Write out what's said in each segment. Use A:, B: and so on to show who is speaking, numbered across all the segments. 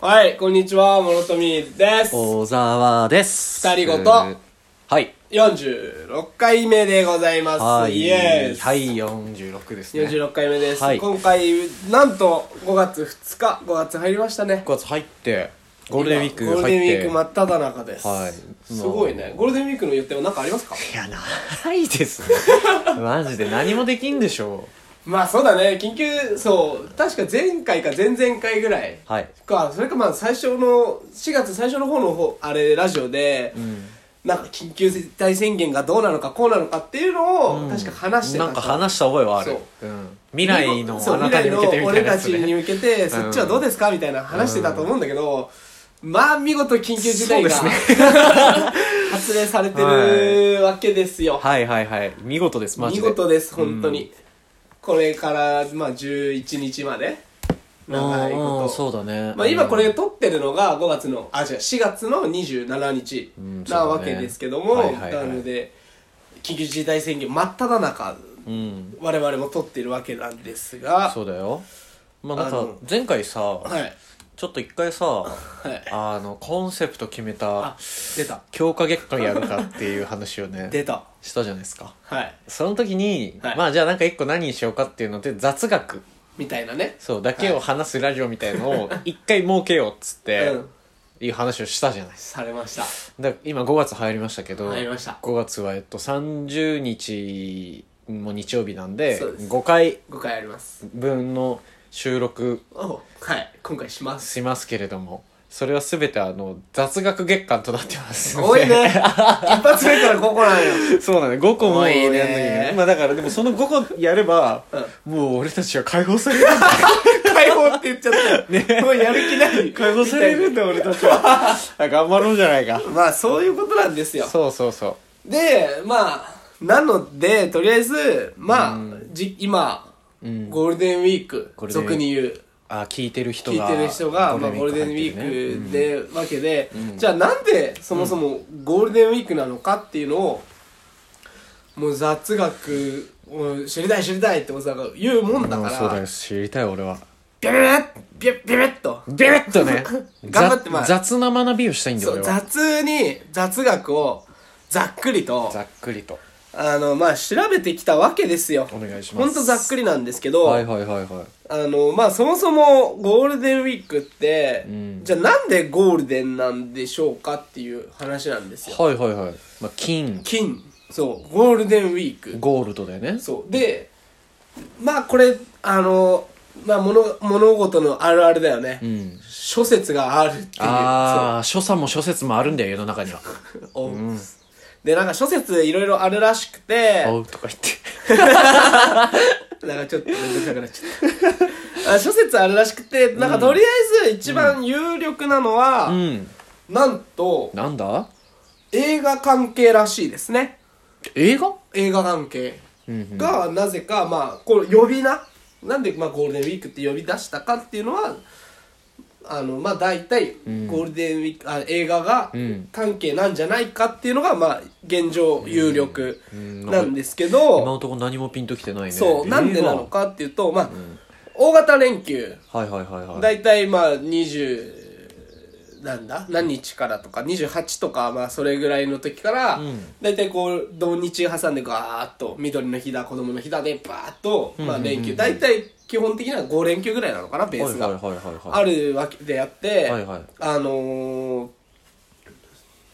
A: はい、こんにちは、モノトミです。
B: 小沢です。
A: 二人ごと
B: はい。
A: 46回目でございます。
B: はい。
A: イエーイ。
B: はい、46ですね。5
A: 46回目です。
B: はい
A: 今回、なんと5月2日、5月入りましたね。
B: 月入って、ゴールデンウィーク
A: ゴー
B: 入っ
A: ルデ
B: て。
A: ンウィーク真っ只中です。
B: はい
A: すごいね。ゴールデンウィークの予定は何かありますか
B: いや、ないですね。 マジで何もできんでしょ
A: まあそうだね、緊急、そう、確か前回か前々回ぐらい。
B: う。はい。
A: かそれかまあ最初の4月最初の方の方あれラジオで、なんか緊急事態宣言がどうなのかこうなのかっていうのを確か話してた
B: なんか話した覚えはある。うん未来の
A: そう
B: あなたに向けてみたいなやつ
A: 未来の俺たちに
B: ね。
A: 向けてそっちはどうですかみたいな話してたと思うんだけど、まあ見事緊急事態が、
B: そうで
A: 発令されてるわけですよ、
B: はいはいはい。見事です、マジ
A: 見
B: で。
A: 事です本当に、これからまあ11日まで長いこ
B: うん
A: と
B: うんそうだね。
A: まあ、今これ
B: うん
A: 撮ってるのが5月のあ違う4月の27日
B: うんそうだ
A: な
B: ね
A: わけですけども、
B: はいはいはい
A: なので緊急事態宣言真っ只中
B: うん。
A: 我々も撮ってるわけなんですが
B: そうだよ。まあなん
A: あ
B: か
A: の、
B: 前回さ、
A: はい
B: ちょっと一回さ、
A: はい
B: あの、コンセプト決めた
A: あ、出た
B: 強化月間やるかっていう話をね、
A: 出た
B: したじゃないですか。
A: はい
B: その時に、
A: はい
B: まあじゃあなんか一個何にしようかっていうので、雑学、
A: みたいなね
B: そう、だけを話すラジオみたいの を、一回設けようっつって、
A: うん
B: いう話をしたじゃないです
A: されました
B: か。だから今5月入りましたけど、
A: 入りました
B: 5月はえっと30日も日曜日なんで、
A: そうです
B: 5回
A: 5回あります
B: 分の収録
A: おはい今回します
B: しますけれども、それはすべてあの、雑学月間となってますので
A: 多い ね一発目からここなんよ
B: そうなんだ、5個も
A: 多いね
B: やんなきゃいけないまあ だから、でもその5個やれば、もう俺たちは解放さ れるんだ。
A: 解放って言っちゃったねもうやる気ない
B: 解放されるんだ、俺たちは。 あ頑張ろうじゃないか。
A: まあそういうことなんですよ
B: そうそうそ
A: で、まあ、なので、とりあえず、まあ、じ今、
B: う。うん。
A: ゴールデンウィーク、
B: ゴールデンウィーク
A: 俗に言う、
B: あ、聞いてる人
A: 聞い
B: が。
A: てる人が、まあ、ゴールデンウィ
B: 入ってるね
A: ークで、わけで、じゃあなんで、そもそもゴールデンウィークなのかっていうのを、もう雑学を知りたい知りたいっておさんが言うもんだ
B: うん
A: か
B: そうだ
A: ら
B: よ、、知りたい俺は。
A: ビャビャビャッビャビャビャッと。。
B: ビビッと ね
A: 頑張ってまあ
B: ざ雑な学びをしたいんだよ、
A: そ
B: 俺
A: う、
B: は。
A: 雑に、雑学を、ざっくりと、
B: ざっくりと。
A: あの、まあ、調べてきたわけですよ。
B: お願いします
A: ほんとざっくりなんですけど、
B: はいはいはいはい。
A: あの、まあ、そもそもゴールデンウィークって、
B: ん
A: じゃあなんでゴールデンなんでしょうかっていう話なんですよ。
B: はいはいはい。まあ、金、
A: 金、そう、ゴールデンウィーク。
B: ゴールドだよね。
A: そう。で、まあ、これ、あの、まあ、物、物事のあるあるだよね。
B: うん。
A: 諸説があるっていう。
B: ああ、所作も諸説もあるんだよ、世の中には。
A: そうおで、なんか諸説いろいろあるらしくて、
B: おうとか言って。
A: なんかちょっとめんどくさくなっちゃった。あ諸説あるらしくて、なんかとりあえず一番有力なのは、
B: うん。
A: なんと、
B: なんだ
A: 映画関係らしいですね。
B: 映画
A: 映画関係
B: うんうん
A: が、なぜか、まあ、これ呼び名。なんで、まあ、ゴールデンウィークって呼び出したかっていうのは、あの、まあ、大体、ゴールデンウィーク、あ映画が
B: うん
A: 関係なんじゃないかっていうのが、まあ、現状有力なんですけど、
B: 今のところ何もピンときてないね
A: そう、なんでなのかっていうと、まあ、大型連休、
B: はいはいはいはい
A: 大体まあ20なんだ何日からとか28とかまあそれぐらいの時から、大体こう土日挟んでガーッと緑の日だ子供の日だでバーッとまあ連休大体基本的には5連休ぐらいなのかなベース
B: はい
A: が
B: はいはいはいはい
A: あるわけであって、
B: はいはい
A: あのー、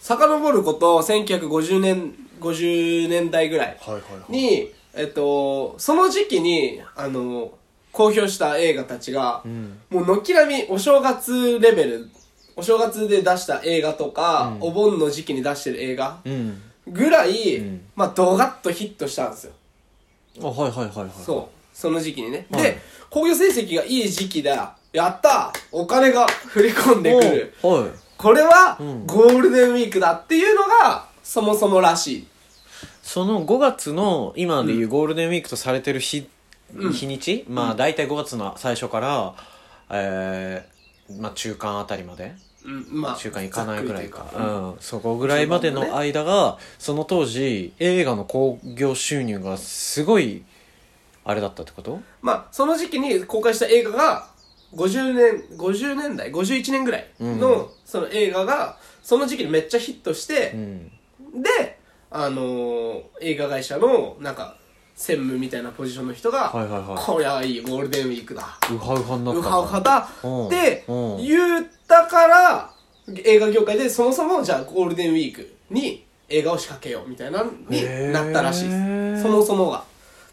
A: 遡ること1950年50年代ぐらい
B: はいはいはい
A: に、えっと、その時期に、あの、公表した映画たちが、もう軒並みお正月レベル、お正月で出した映画とか、お盆の時期に出してる映画
B: うん
A: ぐらい、
B: ん
A: まあ、ドガッとヒットしたんですよ。
B: あはいはいはいはい
A: そう。その時期にね。
B: はい
A: で、興行成績がいい時期だ。やったお金が振り込んでくる。
B: おうはい
A: これは
B: ん、
A: ゴールデンウィークだっていうのが、そもそもらしい。
B: その5月の今でいうゴールデンウィークとされてる日、日にちまあ大体5月の最初からえーまあ中間あたりまで
A: うん、まあ。
B: 中間いかないぐらい
A: ざっ
B: か
A: くりとう
B: うんそこぐらいまでの間がその当時映画の興行収入がすごいあれだったってこと
A: まあ、その時期に公開した映画が、 50年50年代51年ぐらいの,、その映画がその時期にめっちゃヒットして、
B: うん
A: で、あのー映画会社のなんか専務みたいなポジションの人が「
B: はいはいはい
A: こりゃいいゴールデンウィークだ」
B: ウハウハになった
A: ウ
B: んだ
A: ハウハだ
B: うん
A: って
B: うん
A: 言ったから映画業界でそもそもじゃあゴールデンウィークに映画を仕掛けようみたいなのになったらしい
B: へー
A: ですそもそもが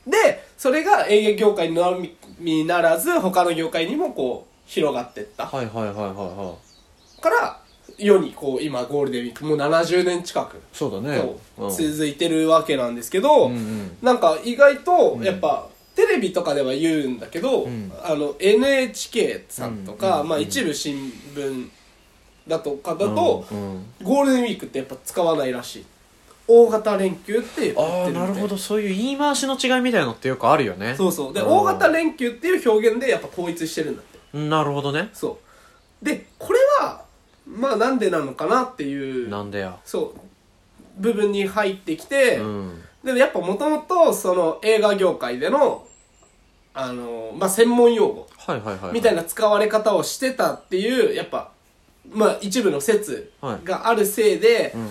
A: でそれが映画業界のみならず他の業界にもこう広がってった
B: はいはいはいはいはい
A: から世にこう今ゴールデンウィークもう70年近く
B: そうだね
A: そう
B: うん
A: 続いてるわけなんですけど、
B: うんうん
A: なんか意外とやっぱ、テレビとかでは言うんだけど、
B: ん
A: あの NHK さんとか、まあ、一部新聞だとかだと、
B: うんうん
A: ゴールデンウィークってやっぱ使わないらしい大型連休って言ってるみたい
B: ああなるほどそういう言い回しの違いみたいのってよくあるよね
A: そうそうで
B: ん
A: 大型連休っていう表現でやっぱ統一してるんだって
B: なるほどね
A: そうでこれはまあなんでなのかなっていう
B: なんでや
A: そう部分に入ってきて、
B: うん
A: でやっぱもともとその映画業界でのあの、まあ、専門用語
B: はいはいはい
A: みたい
B: な
A: な使われ方をしてたっていうやっぱ、まあ、一部の説
B: はい
A: があるせいで、
B: ん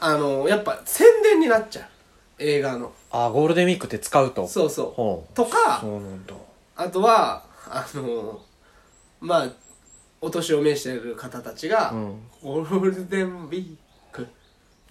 A: あのやっぱ宣伝になっちゃう映画の
B: あーゴールデンウィークって使うと
A: そうそう
B: ほう
A: とか
B: そうなんだ
A: あとはあのまあお年を召してる方たちが、
B: うん
A: ゴールデンウィーク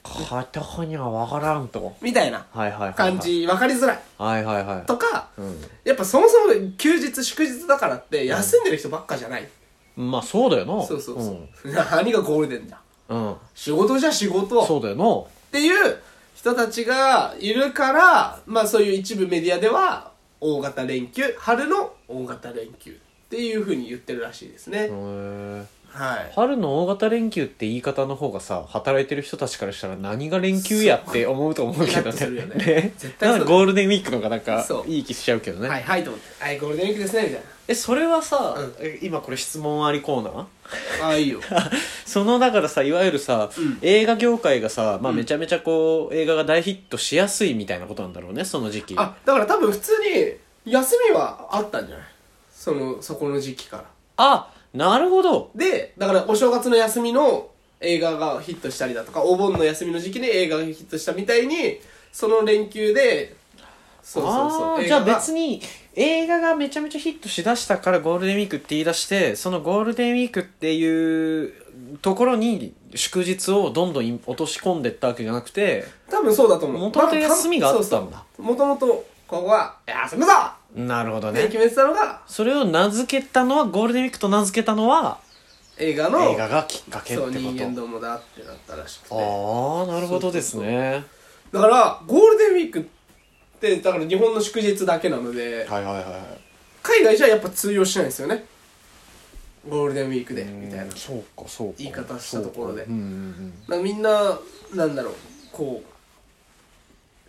B: 片方には分からんと
A: みたいな
B: はいはいはいはい
A: 感じ分かりづらい
B: はいはいはい
A: とか、
B: うん
A: やっぱそもそも休日祝日だからって休んでる人ばっかじゃない、
B: まあそうだよな
A: そうそうそう、何がゴールデンだ
B: うん、うん、
A: 仕事じゃ仕事
B: そうだよ
A: っていう人たちがいるからまあそういう一部メディアでは大型連休春の大型連休っていうふうに言ってるらしいですね、
B: なへえ
A: はい
B: 春の大型連休って言い方の方がさ働いてる人たちからしたら何が連休やって思うと思うけど
A: そうイラッとする
B: ね
A: よね絶対そうだよ
B: なんかゴールデンウィークの方がなんか
A: そう
B: いい気しちゃうけどね、
A: はいはいと思って「はいゴールデンウィークですね」みたい
B: えそれはさ、
A: うん
B: え今これ質問ありコーナー
A: な「ああいいよ」
B: そのだからさいわゆるさ、映画業界がさ、まあ、めちゃめちゃこう、映画が大ヒットしやすいみたいなことなんだろうねその時期
A: あだから多分普通に休みはあったんじゃないそのそこの時期から
B: あなるほど
A: でだからお正月の休みの映画がヒットしたりだとかお盆の休みの時期に映画がヒットしたみたいにその連休でそうそう
B: あ
A: そう
B: ーじゃあ
A: 映画が
B: 別に映画がめちゃめちゃヒットしだしたからゴールデンウィークって言い出してそのゴールデンウィークっていうところに祝日をどんどん落とし込んでったわけじゃなくて
A: 多分そうだと思う
B: 元々休みがあったんだ
A: もともとここは「休むぞ!」
B: なるほど
A: って
B: ね
A: 決めてたのが
B: それを名付けたのはゴールデンウィークと名付けたのは
A: 映画の
B: 映画がきっかけっ
A: そ
B: てこ
A: う人間
B: と
A: どもだってなったらしくて
B: ああなるほどですね
A: だからゴールデンウィークってだから日本の祝日だけなので
B: はいはいは
A: 海外じゃやっぱ通用しないんですよねゴールデンウィークで
B: い
A: みたいな
B: そうかそうか
A: 言い方したところで
B: そうかうんうん
A: だからみんななんだろうこう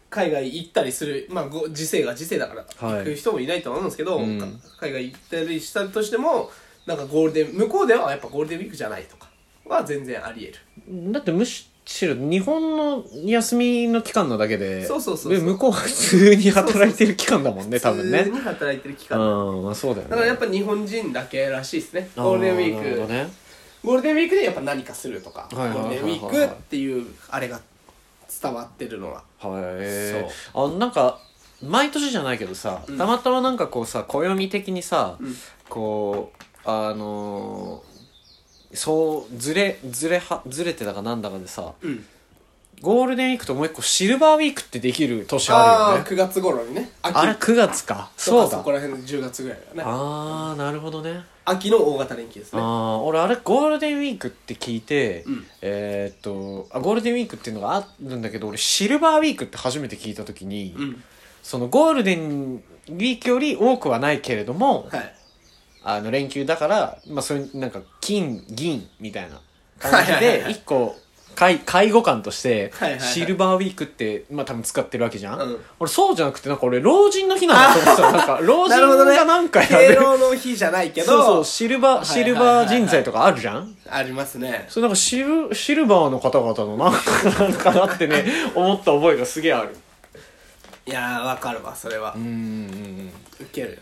A: 海外行ったりするまあご時世が時世だから、
B: はい
A: 行く人もいないとは思うんですけど、
B: うん
A: か海外行ったりしたとしてもなんかゴールデン向こうではやっぱゴールデンウィークじゃないとかは全然あり得る
B: うんだってむしろ日本の休みの期間なだけで
A: そうそうそうそう
B: で向こうは普通に働いてる期間だもんね多分
A: 普通
B: ね
A: に働いてる期
B: う
A: 間、
B: んまあそうだよね
A: だからやっぱ日本人だけらしいですねゴールデンウィ
B: あなる
A: ーク
B: ほどね
A: ゴールデンウィークでやっぱ何かするとか、
B: はいはいはいはい
A: ゴールデンウィークっていうあれが伝わってるのは
B: はいあなんか毎年じゃないけどさ、たまたまなんかこうさ暦的にさ、
A: ん
B: こうあのーそうずれずれはずれてたかなんだかでさ
A: うん
B: ゴールデンウィークともう一個シルバーウィークってできる年あ
A: あ
B: る
A: あ、
B: よね
A: 9月頃にね秋
B: あれ9月か
A: そ
B: そうう
A: だ
B: だ
A: そこら辺の10月ぐらいだね
B: ああなるほどね
A: 秋の大型連休です
B: あ
A: ね
B: あ俺あれゴールデンウィークって聞いて、
A: ん
B: えーっとあゴールデンウィークっていうのがあるんだけど俺シルバーウィークって初めて聞いた時に、
A: うん
B: そのゴールデンウィークより多くはないけれども、
A: はい
B: あの連休だから、まあ、そういうなんか金銀みたいな感じ
A: はいはいは
B: で
A: い
B: 一個介介護官として
A: はいはいはい
B: シルバーウィークって、まあ、多分使ってるわけじゃん、
A: うん
B: 俺そうじゃなくてなんか俺老人の日なんだと思ってたなんか老人
A: なるほどね
B: がなんかや
A: 敬
B: る
A: 老の日じゃないけど
B: そうそうシルバー
A: はい
B: シルバー人材とかあるじゃん、
A: ありますね
B: それなんかシルシルバーの方々のなんかなんかなっ てね思った覚えがすげえある
A: いやーわかるわそれは
B: うんうん
A: ウケるよね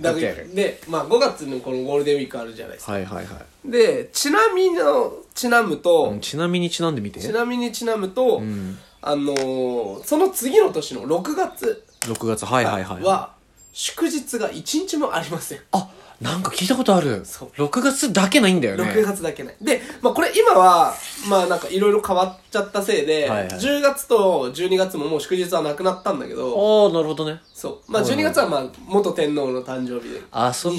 A: だ
B: オッケー
A: で、まあ、5月のこのゴールデンウィークあるじゃないですか。
B: はいはいはい、
A: で、ちなみの、ちなむと、
B: うんちなみにちなんでみて
A: ちなみにちなむと、あのーその次の年の6月
B: 6月はいはいはい
A: は、祝日が一日もありません。
B: あなんか聞いたことある
A: そう
B: 6月だけないんだよね
A: 6月だけない。で、まあこれ今は、まあなんかいろいろ変わっちゃったせいで、
B: はいはい
A: 10月と12月ももう祝日はなくなったんだけ
B: あ
A: ど、
B: あなるほどね
A: そう。まあ
B: はいはい
A: 12月はまあ元天皇の誕生日で、
B: あそっか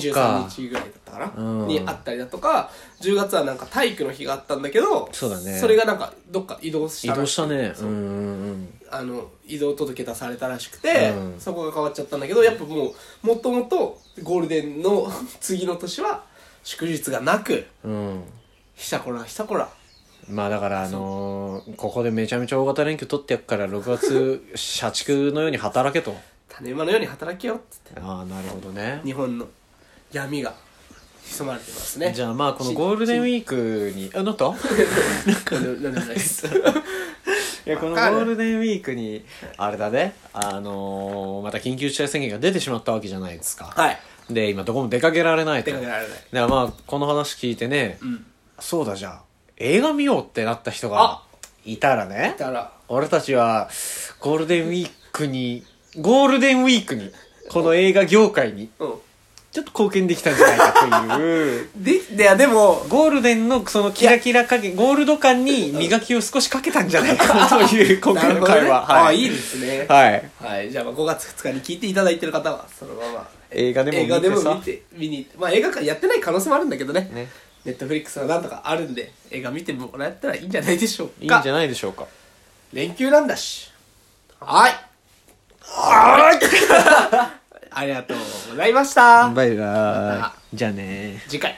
A: 23日ぐらいだったかな、
B: うん
A: にあったりだとか、10月はなんか体育の日があったんだけど、
B: そうだね
A: それがなんかどっか移動し
B: 移
A: たら
B: 動
A: しく
B: したねうんうん
A: あの移動届出されたらしくて、
B: うん
A: そこが変わっちゃったんだけどやっぱもうもともとゴールデンの 次の年は祝日がなく
B: うんうん
A: ひさこらひさこら
B: まあだからあのーここでめちゃめちゃ大型連休取ってやっから6月社畜のように 働けと
A: 種馬のように働けよっつって
B: ああなるほどね
A: 日本の闇が潜まれてますね
B: じゃあまあこのゴールデンウィークにあなったい
A: なんでなんでもないです
B: やこのゴールデンウィークにあれだねあのーまた緊急事態宣言が出てしまったわけじゃないですか
A: はい
B: で今どこも出かけられないと
A: 出かけられない
B: だからまあこの話聞いてね、
A: ん
B: そうだじゃあ映画見ようってなった人が
A: あ
B: いたらね
A: だから
B: 俺たちはゴールデンウィークにゴールデンウィークにこの映画業界に
A: う
B: ちょっと貢献できたんじゃないかと いう
A: んでいやでも
B: ゴールデンのそのキラキラ加減ゴールド感に磨きを少しかけたんじゃないかという 今
A: な
B: 回
A: る
B: の
A: ほどね
B: 会話、
A: ああ
B: はい
A: いですね
B: はい
A: はい、じゃあまあ5月2日に聞いていただいてる方はそのまま
B: 映画でも見
A: 映画で
B: て
A: も
B: さ
A: 見て見に行ってまあ映画館やってない可能性もあるんだけどね
B: ね
A: ネットフリックスはなんとかあるんで映画見てもらったらいいんじゃないでしょうか
B: いいんじゃないでしょうか
A: 連休なんだしはい ありがとうございました
B: バイバ
A: ま
B: イじゃあね
A: 次回